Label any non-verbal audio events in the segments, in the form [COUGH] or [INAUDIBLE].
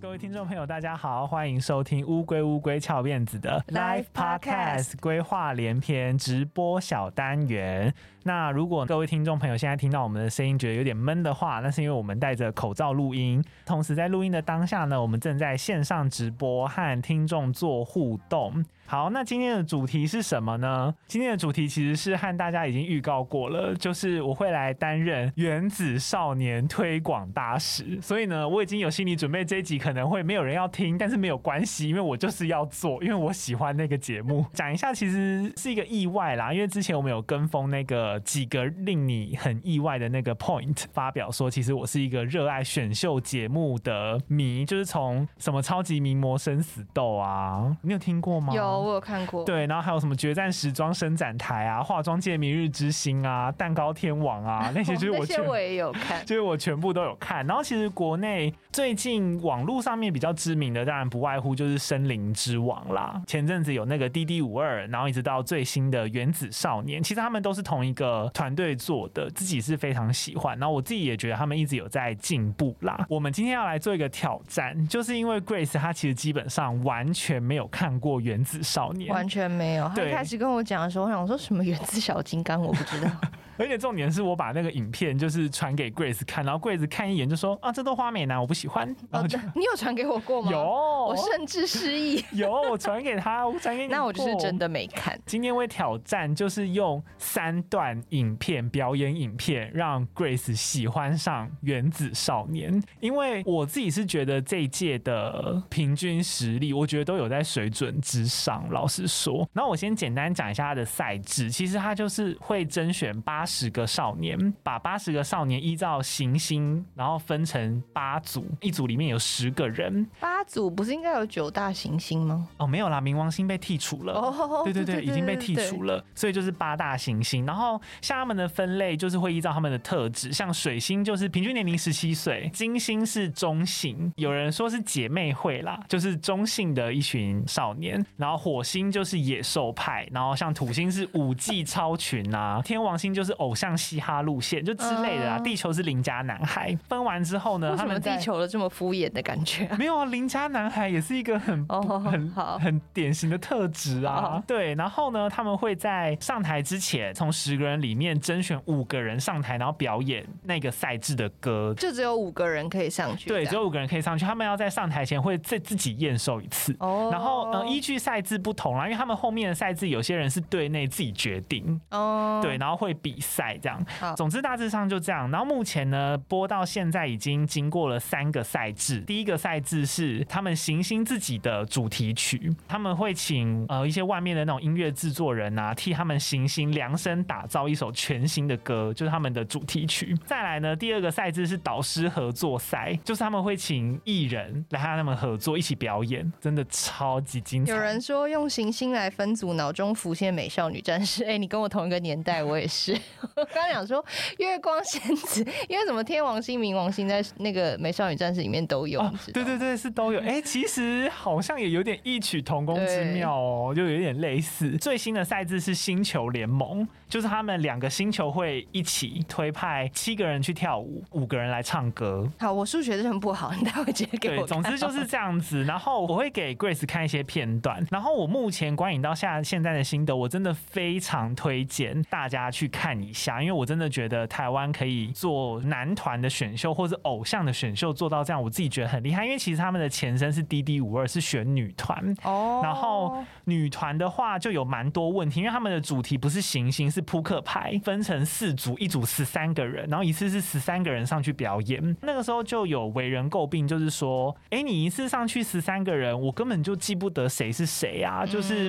各位听众朋友，大家好，欢迎收听《乌龟乌龟翘辫子》的 Live Live Podcast 规划连篇直播小单元。那如果各位听众朋友现在听到我们的声音觉得有点闷的话，那是因为我们戴着口罩录音。同时在录音的当下呢，我们正在线上直播和听众做互动。好，那今天的主题是什么呢？今天的主题其实是和大家已经预告过了，就是我会来担任原子少年推广大使。所以呢，我已经有心理准备，这一集可能会没有人要听，但是没有关系，因为我就是要做，因为我喜欢那个节目。 [LAUGHS] 讲一下，其实是一个意外啦，因为之前我们有跟风那个几个令你很意外的那个 point 发表说，其实我是一个热爱选秀节目的迷，就是从什么超级名模生死斗啊，你有听过吗？有，我有看过。对，然后还有什么决战时装伸展台啊，化妆界明日之星啊，蛋糕天王啊，那些就是我哦那些全。我也有看 [LAUGHS] 就是我全部都有看。然后其实国内最近网络上面比较知名的，当然不外乎就是《森林之王》啦。前阵子有那个 D D 五二，然后一直到最新的《原子少年》，其实他们都是同一个团队做的，自己是非常喜欢。然后我自己也觉得他们一直有在进步啦。我们今天要来做一个挑战，就是因为 Grace 她其实基本上完全没有看过《原子少年》，完全没有，他对一开始跟我讲的时候，我想说什么原子小金刚，我不知道。而且重点是我把那个影片就是传给 Grace 看，然后 Grace 看一眼就说啊，这都花美男，我不喜欢。 [LAUGHS] 然哦后就、对你有传给我过吗？有，，我甚至失 [LAUGHS] 忆。有，我传给他，我传给你。那我就是真。的没看。今天会挑战，就是用三段影片表演影片，让 Grace 喜欢上《原子少年》。因为我自己是觉得这一届的平均实力，我觉得都有在水准之上。老实说，那我先简单讲一下它的赛制。其实它就是会甄选八十个少年，把八十个少年依照行星，然后分成八组，一组里面有十个人。八组不是应该有九大行星吗？哦，没有啦，冥王星被剔除了。哦呃对对对，已经被剔除了。了，所以就是八大行星。然后像他们的分类就是会依照他们的特质，像水星就是平均年龄十七岁，金星是中性，有人说是姐妹会啦，就是中性的一群少年。然后火星就是野兽派，然后像土星是舞技超群啊，天王星就是偶像嘻哈路线就之类的啊。哦地球是邻家男孩。分完之后呢，为他什么们在地球的这么敷衍的感觉啊？没有啊，邻家男孩也是一个很、哦 [LAUGHS] 很好很典型的特质啊好。对，然后呢，他们会在上台之前，从十个人里面甄选五个人上台，然后表演那个赛制的歌。就只有五个人可以上去这对，样。只有五个人可以上去，他们要在上台前会再自己验收一次。哦然后，呃，依据赛制不同啦，因为他们后面的赛制，有些人是队内自己决定，哦对，，然后会比赛这样好。总之大致上就这样。然后目前呢，播到现在已经经过了三个赛制。第一个赛制是他们行星自己的主题曲，他们会请呃一些外面的那种音乐制作人啊，替他们行星量身打造一首全新的歌，就是他们的主题曲。再来呢，第二个赛制是导师合作赛，就是他们会请艺人来和他们合作一起表演，真的超级精彩。有人说用行星来分组，脑中浮现美少女战士。哎、 [LAUGHS] 你跟我同一个年代，我也是。 [LAUGHS] 我刚想说月光仙子，因为什么天王星、冥王星在那个美少女战士里面都有，哦你知，道对吗对对，是都 [LAUGHS] 有。哎、其实好像也有点异曲同工之妙哦，就有点类似。最新的赛制是星球联盟，就是他们两个星球会一起推派七个人去跳舞，五个人来唱歌。好，我数学真的很不好， [LAUGHS] 你待会直接给对，我看总好了。之就是这样子。然后我会给 Grace 看一些片段。然后我目前观影到下现在的心得，我真的非常推荐大家去看一下，因为我真的觉得台湾可以做男团的选秀或者偶像的选秀做到这样，我自己觉得很厉害。因为其实他们的前身是 DD 五二，是选女团。哦然后女团的话就有蛮多问题，因为他们的主题不是行星，是扑克牌，分成四组，一组十三个人，然后一次是十三个人上去表演。那个时候就有为人诟病，就是说，哎，你一次上去十三个人，我根本就记不得谁是谁啊，嗯就是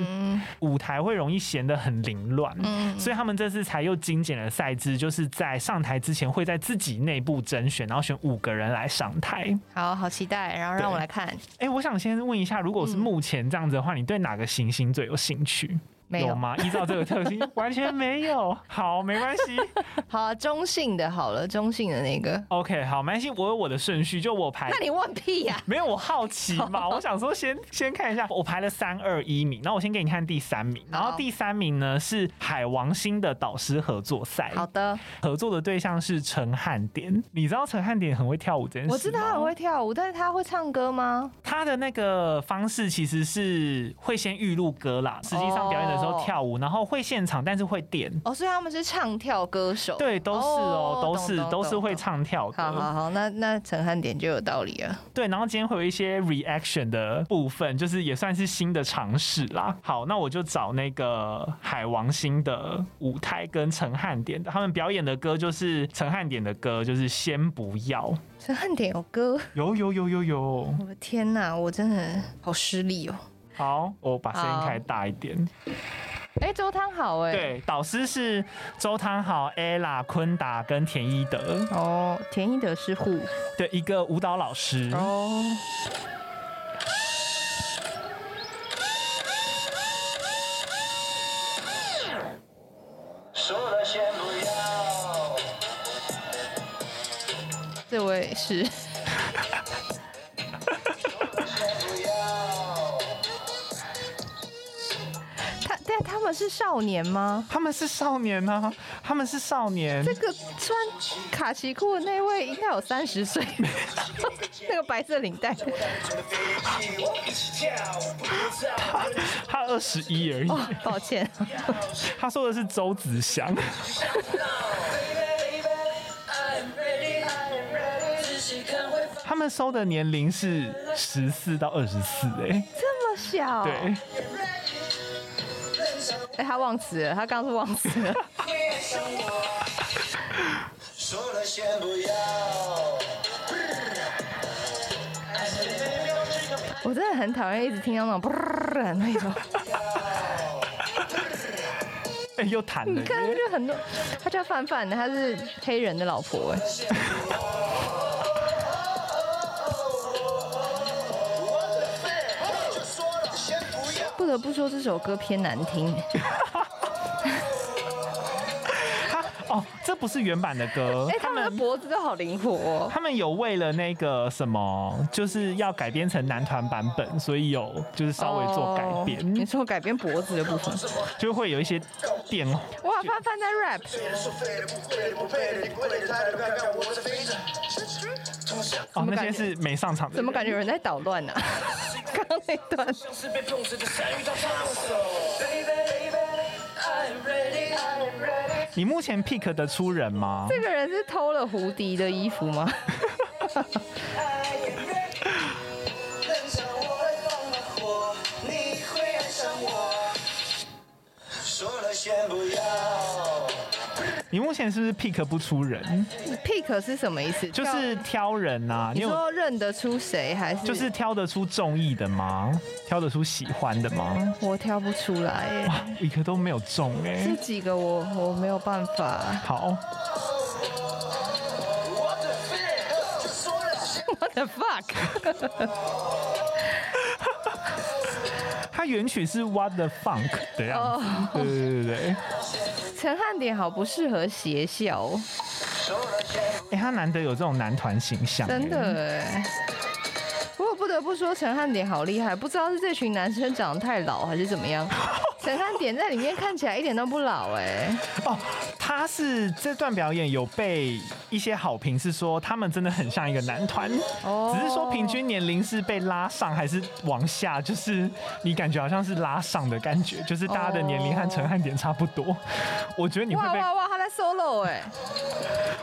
舞台会容易显得很凌乱。嗯所以他们这次才又精简了赛制，就是在上台之前会在自己内部甄选，然后选五个人来上台。好好期待，然后让对我来看。哎、我想先问一下，如果是目前这样子的话，你对哪个行星最有兴趣？没有有吗？依照这个特性，完全没 [LAUGHS] 有。好，没关系。好，啊中性的好了，中性的那个， OK，好，没关系。我有我的顺序，就我排那。你问屁呀、没有，我好奇 [LAUGHS] 嘛，我想说先先看一下，我排了三二一名，那我先给你看第三名，然后好第三名呢是海王星的导师合作赛，好的，合作的对象是陈汉典，你知道陈汉典很会跳舞这件事，我知道他很会，跳舞，但是他会唱歌吗？他的那个方式其实是会先预录歌啦，实际上表演的时候哦跳舞，然后会现场，但是会点，哦，所以他们是唱跳歌手。对，都是哦，哦都懂是懂都是懂会懂唱 [LAUGHS] 跳好的，好好，那那陈汉典就有道理了。对，然后今天会有一些 reaction 的部分，就是也算是新的尝试啦。好，那我就找那个海王星的舞台跟陈汉典的，他们表演的歌就是陈汉典的歌，就是先不要，陈汉典有歌，有有有有有。我的天哪，我真的好失礼哦。好，我把声音好开大一点。哎、周汤好哎、，对，导师是周汤豪、ella、昆达跟田一德，哦，田一德是户对，一个舞蹈老师。哦。输了先不要。这位是先不要，他，对啊，他们是少年吗？他们是少年啊，他们是少年这。个穿卡其裤的那位应该有三十 [LAUGHS] 岁，那个白色领带的我一起跳，不跳，他二十一而已。哦，抱歉，他说的是周子祥。仔细看会他们收的年龄是十四到二十四，哎，这么小，对，哎，他忘词了，他刚刚是忘词了，变成我。输了先不要。我真的很讨厌一直听到那种 [LAUGHS] 的那种，哎，又弹了你看耶。就很多，他叫范范，他是黑人的老婆，哎，输了先不要。不得不说这首歌偏难听，他哦，这不是原版的歌哎，，他他们的们。脖子都好灵活哦，他们有为了那个什么，就是要改编成男团版本，所以有就是稍微做改编哦，你说改编脖子的部分，就会有一些变化。哇，范范在 rap，收费的不贵的不配的，你贵的太的不要看我这飞着。通向哦，么那感些觉是没上场的人。怎么感觉有人在捣乱呢、 [LAUGHS] 刚刚那段。像是被碰瓷的鲨鱼，它放手。Baby, I'm ready, I'm ready. 你目前 pick 得出人吗？这个人是偷了胡迪的衣服吗？认上我会放了火，你会爱上我。说了先不要，你目前是不是 pick 不出哎人？ pick 是什么意思？就叫是挑人呐、啊。你有说认得出谁还是？就是挑得出中意的吗？挑得出喜欢的吗？我挑不出来耶，哇，一个都没有中哎、这几个我我没有办法。好，我的肺就说了先 What the fuck？它原曲是 What the Funk 的样子。哦对对对对对，陈汉典好不适合邪笑哦，说了先哎、他难得有这种男团形象、真哎。的哎。不过不得不说，陈汉典好厉害，不知道是这群男生长得太老还是怎么 [LAUGHS] 样。陈汉典在里面看起来一点都不老哎，哦，他是这段表演有被一些好评，是说他们真的很像一个男团，哦只是说平均年龄是被拉上还是往下，就是你感觉好像是拉上的感觉，就是大家的年龄和陈汉典差不多。我觉得你会哦哇被，哇哇，他在 solo 哎，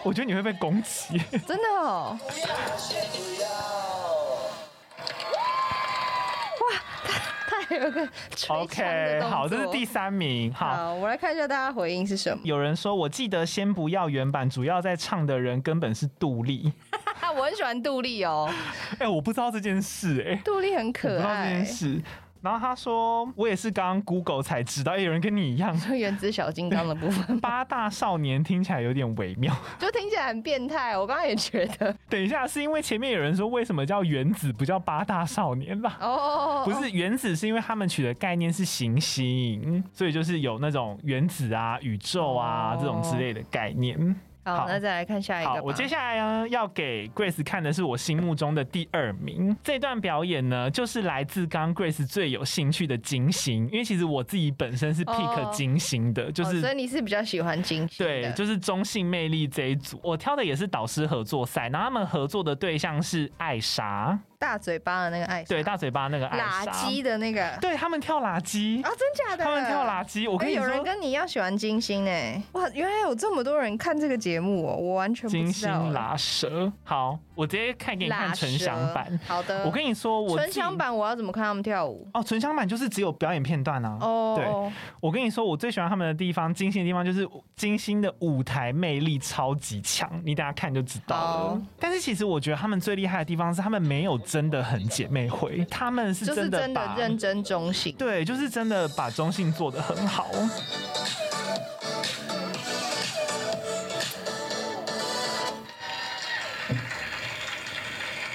我觉得你会被攻击。真的哦。不要。他还有一个吹枪 OK，的动作好，这是第三名，好。好，我来看一下大家回应是什么。有人说，我记得先不要原版，主要在唱的人根本是杜丽。啊，我很喜欢杜丽哦，哎、我不知道这件事、哎，杜丽很我不知可道这件爱。事。然后他说，我也是刚刚 Google 才知道，有人跟你一样， [LAUGHS] 就 [LAUGHS] 原子小金刚的部分，八大少年听起来有点微妙。 [LAUGHS] 就听起来很变态。我刚刚也觉得，等一下，是因为前面有人说为什么叫原子不叫八大少年吧？哦，不是原子，是因为他们取的概念是行星，所以就是有那种原子啊、宇宙啊、哦这种之类的概念。好，好那再来看下一个好吧。，我接下来呢要给 Grace 看的是我心目中的第二名。这段表演呢，就是来自刚 Grace 最有兴趣的金星，因为其实我自己本身是哦 pick 金星的，就哦所以是。你是比较喜欢金星的对，就是中性魅力这一组，我挑的也是导师合作赛，然后他们合作的对象是艾莎，大嘴巴的那个爱莎，对，大嘴巴那个艾莎，垃圾的那个，对他们跳垃圾，啊，真假的？他们跳垃圾，我哎跟你有人说，跟你一样喜欢金星呢、哇，原来有这么多人看这个节目哦、我完全不金知星道。拉蛇。好，我直接看给你看纯享版。。好的。我跟你说，我纯自己享版，我要怎么看他们跳舞？哦，纯享版就是只有表演片段啊。哦，对哦我跟你说，我最喜欢他们的地方，金星的地方就是金星的舞台魅力超级强，你等下看就知道好了。但是其实我觉得他们最厉害的地方是，他们没有真的很姐妹会，他们是就是真的真的把认真中性。对，就是真的把中性做得很好。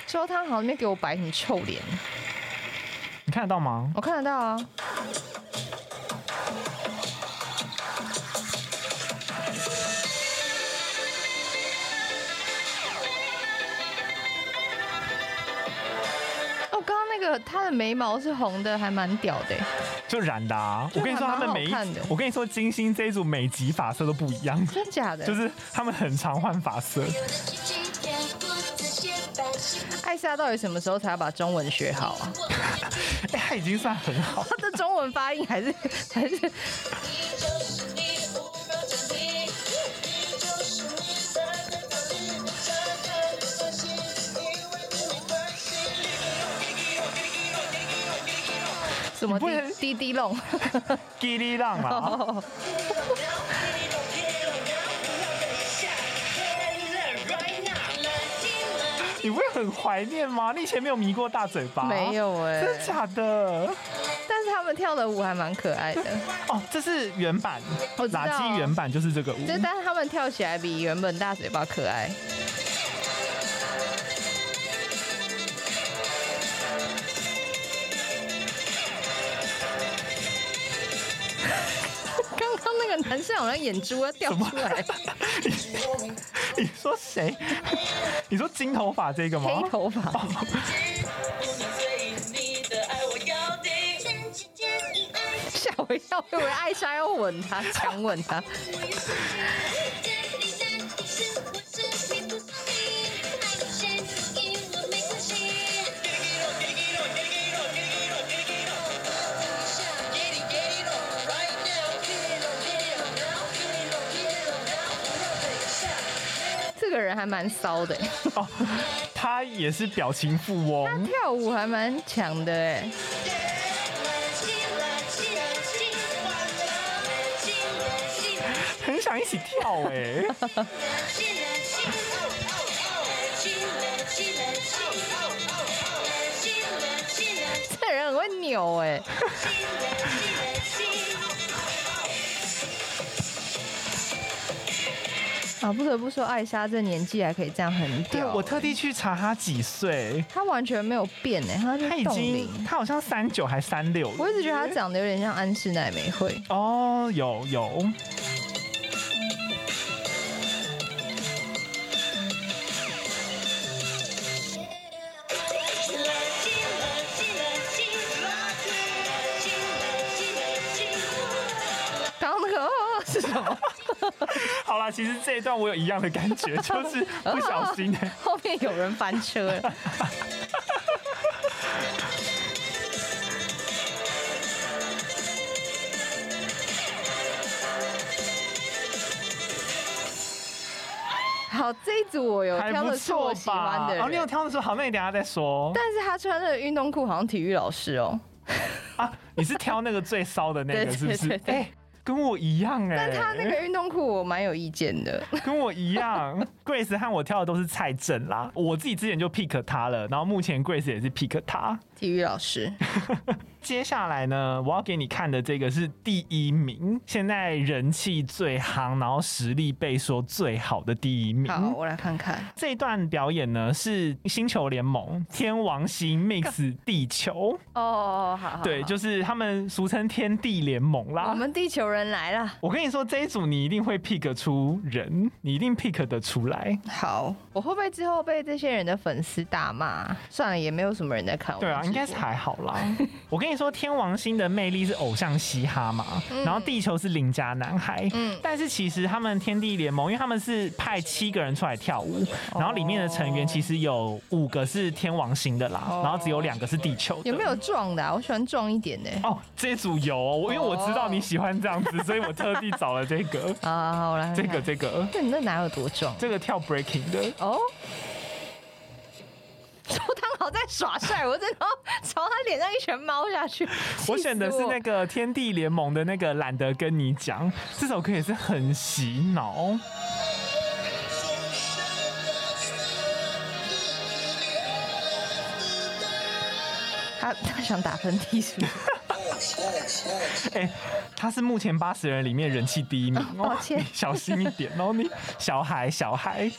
说他好像没给我摆什么臭脸，你看得到吗？我看得到啊。哦，刚刚那个他的眉毛是红的，还蛮屌的欸。就染的、啊。就我跟你说，还蛮他们每一好看的，我跟你说，金星这一组每集发色都不一样， [LAUGHS] 真假的？就是他们很常换发色。有的是去骗不仔细把戏艾莎到底什么时候才要把中文学好啊？我们注哎、他已经算很好。她的中文发音还是 [LAUGHS] 还是意就是你无法转移，你就是你在这个里面展开的关系，因为你没关系。什么你不能滴滴滴 [LAUGHS] 弄？叽哩浪啊啦，哦你不会很怀念吗？你以前没有迷过大嘴巴？没。有哎、真的假的？但是他们跳的舞还蛮可爱的，哦，这是原版，我知道垃圾原版就是这个舞就。是但是他们跳起来比原本大嘴巴可爱。 [LAUGHS] 刚刚那个男生好像眼珠要掉出来， [LAUGHS] 你说谁？ [LAUGHS] 你说金头发这个吗？ [LAUGHS] 黑头发。哦吓我一跳，我以为艾莎要吻他，强吻他。这个人还蛮骚的，哦，他也是表情富翁。跳舞还蛮强的哎。很想一起跳哎、 [LAUGHS] 这人很会扭哎，啊，不得不说，艾莎这年纪还可以这样很对，屌欸。我特地去查他几岁，她完全没有变哎，她就他已冻经龄。他好像三九还三六。我一直觉得她长得有点像安室奈美惠，哦，有有，刚刚那个、哦、是什么？好啦，其实这一段我有一样的感觉， [LAUGHS] 就是不小心、欸。后面有人翻车了。好，这一组我有还呃挑不的是我错喜吧欢的？人，哦，你有挑的时候，好，那你等一下再说但是他穿的运动裤好像体育老师哦、啊。你是挑那个最骚的那个， [LAUGHS] 对是不是对对？对哎、跟我一样哎、但他那个运动裤我蛮有意见的。跟我一样，Grace 和我挑的都是蔡正啦。我自己之前就 pick 他了，然后目前 Grace 也是 pick 他。体育老师，接下来呢，我要给你看的这个是第一名，现在人气最夯，然后实力被说最好的第一名。好，我来看看。这一段表演呢是星球联盟天王星 mix 地球，哦，好好好，啊对，就是啊他们俗称天地联盟我啦。们地球人来了。我跟你说，这一组你一定会 pick 出人，你一定 pick 得出来。好，我会不会之后被这些人的粉丝大骂？算了，也没有什么人在看我。对啊，应该是。还好 [LAUGHS] 啦。我跟你说，天王星的魅力是偶像嘻哈嘛，然后地球是邻家男孩。嗯但是其实他们天地联盟，因为他们是派七个人出来跳舞，哦然后里面的成员其实有五个是天王星的啦，哦然后只有两个是地球的。有没有壮的、啊？我喜欢壮一点的、哦，这组有、哦，我因为我知道你喜欢这样子，哦所以我特地找了这个、啊，好我来看这看个、这个、那你那哪有多壮？这个跳 breaking 的。哦，周汤豪在耍帅，我真的要朝他脸上一拳猫下去。我选的是那个，个天地联盟的那个，懒得跟你讲，这首歌也是很洗脑。他他想打喷嚏是不 [LAUGHS] 是？哎、他是目前八十人里面人气第一名哦，抱歉你小心一点哦，你小孩小孩。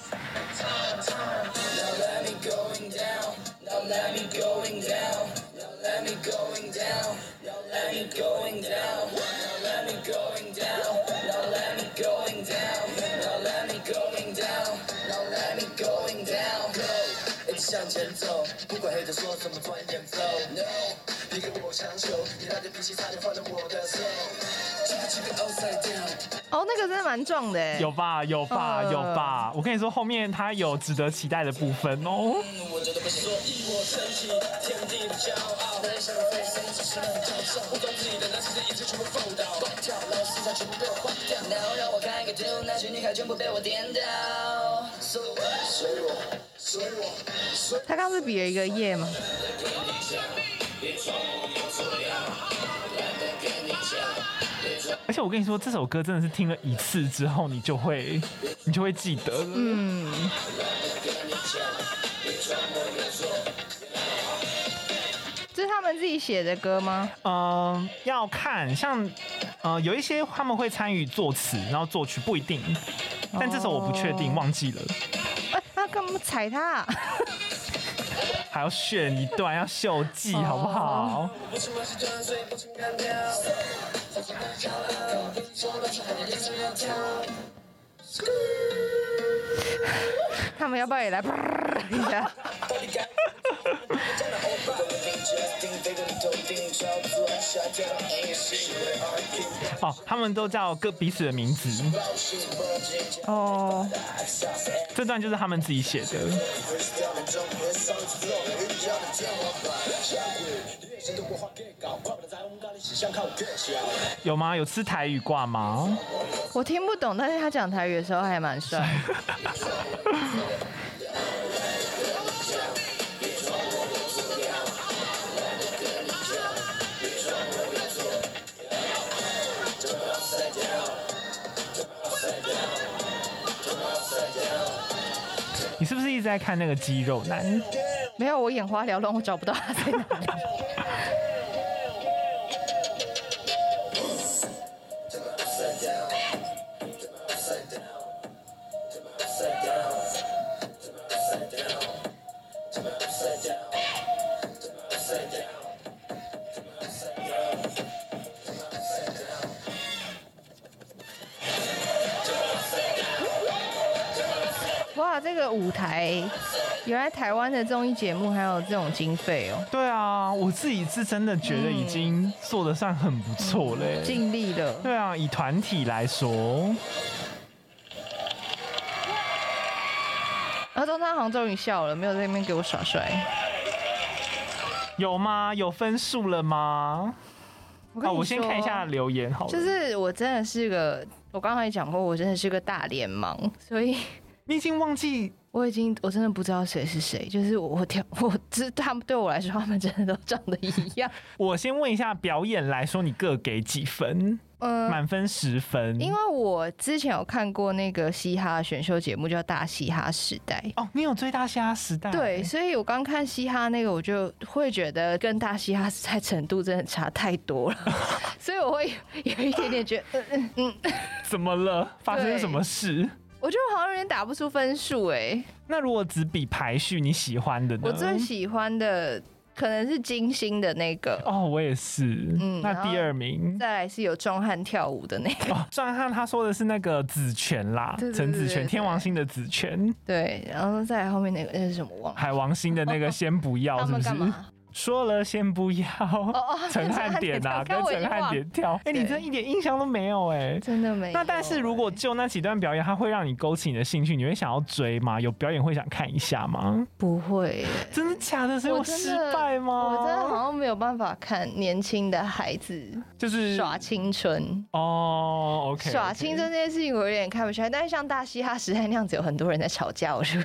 一直向前走，不管黑的说什么，钻研 flow。No，别给我强求，你那个脾气差点换了我的手。Keep it, keep it upside down。哦，那个真的蛮壮的哎。有吧，有吧，呃有吧。我跟你说，后面他有值得期待的部分哦。我觉得不行。所以我撑起天地的骄傲，人想飞升只是很嘲笑，武装自己的那些一直全部放倒，放掉，老师才全部被我换掉。然后让我开个 do，那些女孩全部被我颠倒。所以我，所以我，所以我，所以他刚是比了一个耶吗？而且我跟你说，这首歌真的是听了一次之后，你就会，你就会记得了。嗯，这是他们自己写的歌吗？嗯，要看像，呃，有一些他们会参与作词，然后作曲不一定，但这首我不确定，哦忘记了，哎、他干嘛踩他、啊？ [LAUGHS] 还要炫一段，要秀技，好不好？我不是马戏团，所以不请干掉。我是很骄傲，不是说那是海的一直要跳。他们要不要也来 [LAUGHS] 一下？到底该？真的欧巴，我定决定，飞到你头顶，超自然下降，音是因为 R Q。哦，他们都叫各彼此的名字，哦，这段就是他们自己写的。有吗？有吃台语挂吗？我听不懂，但是他讲台语的时候还蛮帅。你是不是一直在看那个肌肉男？没有，我眼花缭乱，我找不到他在哪里。哇，这个舞台，原来台湾的综艺节目还有这种经费哦，对啊，我自己是真的觉得已经做的算很不错嘞、尽力了。对啊，以团体来说，然后中山杭州，你笑了，没有在那边给我耍帅。有吗？有分数了吗？我啊，跟你我先看一下说，留言好了。就是我真的是个，我刚才讲过，我真的是个大脸盲，所以 [LAUGHS] 你已经忘记我已经我真的不知道谁是谁。就是我我挑 [LAUGHS] 我知他们对我 [LAUGHS] 来说，他们真的都长得一样。我先问一下，表演来说你各给几分？嗯、满分十分。因为我之前有看过那个嘻哈选秀节目，叫《大嘻哈时代》。哦，你有最大虾时代对，所以我刚看嘻哈那个，我就会觉得跟大嘻哈 [LAUGHS] 时代程度真的差太多 [LAUGHS] 了，所以我会有一点点觉得，呃嗯嗯，怎么了？发生对什么事？我觉得我好像有点打不出分数哎、那如果只比排序，你喜欢的呢？我最喜欢的可能是金星的那个，哦，我也是。嗯那然后第二名再来是有壮汉跳舞的那 [LAUGHS] 个，哦，上汉他说的是那个子权啦对，对陈子对权，对天王星的子 [LAUGHS] 权，对，然后再来后面那个那是什么忘了？海王星的那个先不要，他是不们是干？嘛？说了先不要。 [LAUGHS] [LAUGHS] 哦哦，陈汉典典啊，跟我已陈经汉忘典跳，哎，对你真一点印象都没有哎。 [LAUGHS] 真的没有欸。那但是如果就那几段表演，它会让你勾起你的兴趣，你会想要追吗？有表演会想看一下吗？不会耶，真的假的？所以我真失的败吗？我真的好像没有办法看年轻的孩子就是耍青春。哦，OK，耍青啊春这件事情我有点看不出来，但是像大嘻哈时代那样子，有很多人在吵架，我就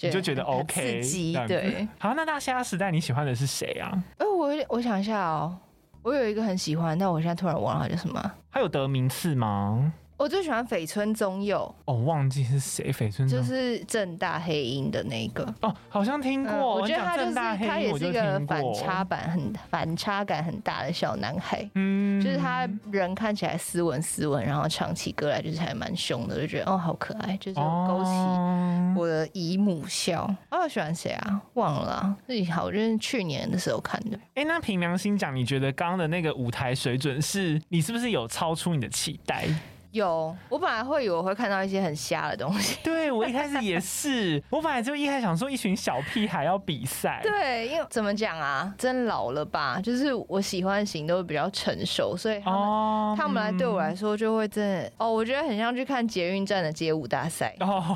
你就觉得很 OK，刺激这样子对。好，那大虾时代你喜欢的是谁啊？哎，我有点我想一下哦，我有一个很喜欢，但我现在突然忘了他叫什么。他有得名次吗？我最喜欢绯村宗佑，哦，忘记是谁，绯村就长是正大黑鹰的那一个。哦，好像听过。嗯我觉得你讲他就正是大黑他也我是就一个听反过差，版很反差感很大的小男孩，嗯就是他人看起来斯文斯文，然后唱起歌来就是还蛮凶的，就觉得哦好可爱，就是勾起哦我的姨母笑。哦，我喜欢谁啊？忘了、啊，自己好，就是去年的时候看的。哎、那凭良心讲，你觉得刚刚的那个舞台水准是你是不是有超出你的期待？有，我本来会以为我会看到一些很瞎的东西，对我一开始也是，我本来就一开始想说一群小屁孩要比赛， [LAUGHS] 对，因为怎么讲啊，真老了吧？就是我喜欢的型都比较成熟，所以他们哦他们来对我来说说就会真的哦，我觉得很像去看捷运站的街舞大赛， [LAUGHS] 哦，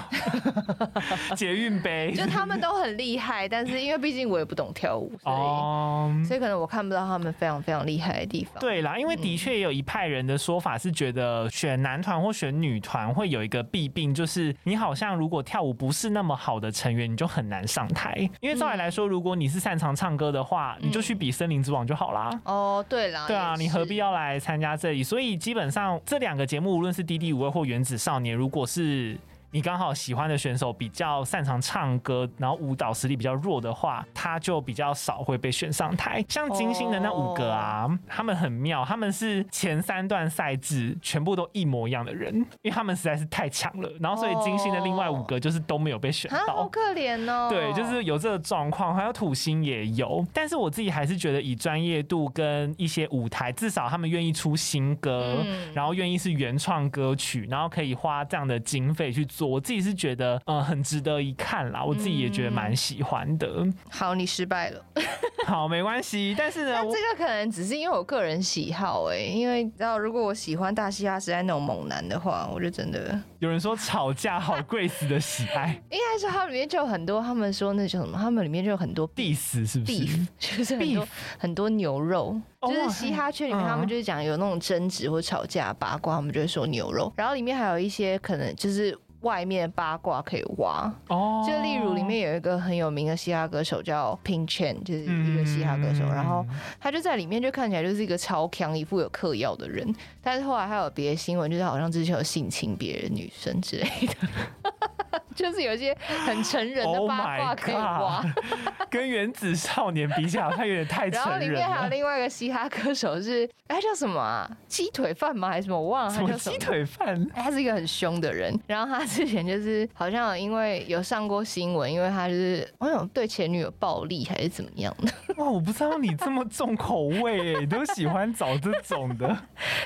捷运杯就他们都很厉害，但是因为毕竟我也不懂跳舞，所以、哦。所以可能我看不到他们非常非常厉害的地方。对啦，因为的确也有一派人的说法是觉得选男团或选女团会有一个弊病，就是你好像如果跳舞不是那么好的成员，你就很难上台。因为照理来说，如果你是擅长唱歌的话，你就去比森林之王就好啦。哦，对啦，对啊，也是你何必？要来参加这里？所以基本上这两个节目，无论是《滴滴舞会》或《原子少年》，如果是你刚好喜欢的选手比较擅长唱歌，然后舞蹈实力比较弱的话，他就比较少会被选上台。像金星的那五个啊，哦他们很妙，他们是前三段赛制全部都一模一样的人，因为他们实在是太强了。然后所以金星的另外五个就是都没有被选啊，到，好可怜哦。对，就是有这个状况，还有土星也有，但是我自己还是觉得以专业度跟一些舞台，至少他们愿意出新歌，嗯然后愿意是原创歌曲，然后可以花这样的经费去做，我自己是觉得呃很值得一看啦，我自己也觉得蛮嗯喜欢的。好，你失败了。好，没关系，但是呢，但这我个可能只是因为我个人喜好哎、因为你知道，如果我喜欢大嘻哈时代那种猛男的话，我就真的有人说吵架好 Grace 的喜爱应该是它里面就有很多，他们说那叫什么，他们里面就有很多 diss 是不是 beef，？就是很多很多牛肉，哦就是嘻哈圈里面嗯他们就是讲有那种争执或吵架八卦，他们就会说牛肉，然后里面还有一些可能就是。外面八卦可以挖，哦，就例如里面有一个很有名的嘻哈歌手叫 Pink Chen，就是一个嘻哈歌手，嗯然后他就在里面就看起来就是一个超强、一副有嗑药的人，但是后来还有别的新闻，就是好像之前有性侵别人女生之类的， [LAUGHS] 就是有一些很成人的 Oh [LAUGHS] 八 my 卦可以挖。 god！跟原子少年比起来，他有点太 [LAUGHS] 然后成里人面还有了。另外一个嘻哈歌手是，哎，他叫什么啊？鸡腿饭吗？还是什么？我忘了什他么叫什啊鸡么。腿饭？哎他是一个很凶的人，然后他之前就是好像有因为有上过新闻，因为他就是好像有对前女友暴力还是怎么样的， [LAUGHS] [LAUGHS] 哇，我不知道你这么重口味、欸，你都喜欢找这种的。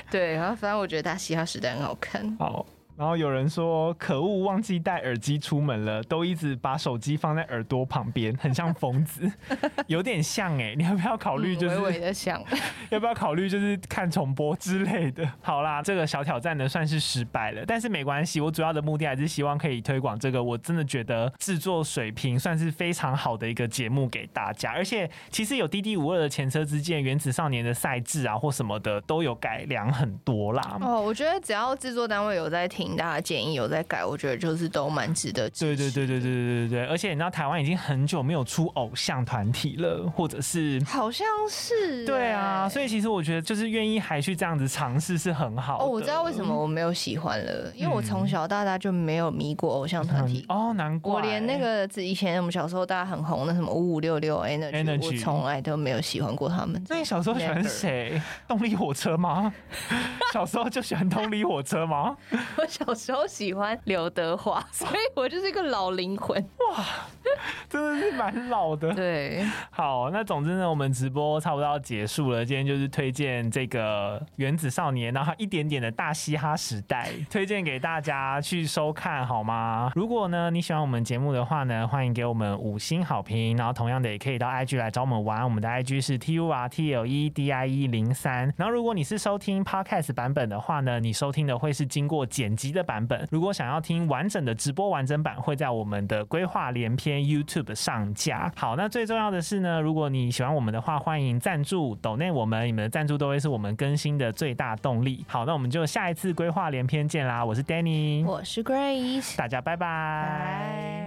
对，然后反正我觉得他嘻哈时代很好看，好，然后有人说，可恶，忘记带耳机出门了，都一直把手机放在耳朵旁边，很像疯子， [LAUGHS] 有点像哎、你要不要 [LAUGHS] 考虑就是、嗯微微的想， [LAUGHS] [LAUGHS] 要不要考虑就是看重播之类的？ [LAUGHS] 好啦，这个小挑战呢算是失败了，但是没关系，我主要的目的还是希望可以推广这个，我真的觉得制作水平算是非常好的一个节目给大家。而且其实有滴滴五二的前车之鉴、原子少年的赛制啊或什么的都有改良很多啦。哦哦，我觉得只要制作单位有在听听大家建议有在改，我觉得就是都蛮值得支对对持。对对对对对对，而且你知道台湾已经很久没有出偶像团体了，或者是。好像是、欸对啊，所以以其实我觉得就是愿意还去这样子尝试是很好的。哦，我知道为什么我没有喜欢了，因为我从小到大就没有迷过偶像团体嗯。哦，难怪我连那个自以前我们小时候大家很红的什么五五六六 Energy，, Energy 我从来都没有喜欢过他们。那你小时候喜欢 Never 谁？动力火车吗？ [LAUGHS] 小时候就喜欢动力火车吗？ [LAUGHS] [LAUGHS] 我小时候喜欢刘德华，所以我就是一个老灵魂。真的是蛮老的。对，好，那总之呢，我们直播差不多要结束了。今天就是推荐这个《原子少年》，然后一点点的大嘻哈时 [LAUGHS] 代，推荐给大家去收看，好吗？如果呢你喜欢我们节目的话呢，欢迎给我们五星好评，然后同样的也可以到 IG 来找我们玩，我们的 IG 是 T U R T L E D I E 零三。然后如果你是收听 Podcast 版本的话呢，你收听的会是经过剪辑的版本。如果想要听完整的直播完整版，会在我们的规划连篇 YouTube 上架。好，那最重要的是呢，如果你喜欢我们的话，欢迎赞助抖内我们，你们的赞助都会是我们更新的最大动力。好，那我们就下一次规划连篇见啦！我是 Danny，我是 Grace，大家拜拜。拜。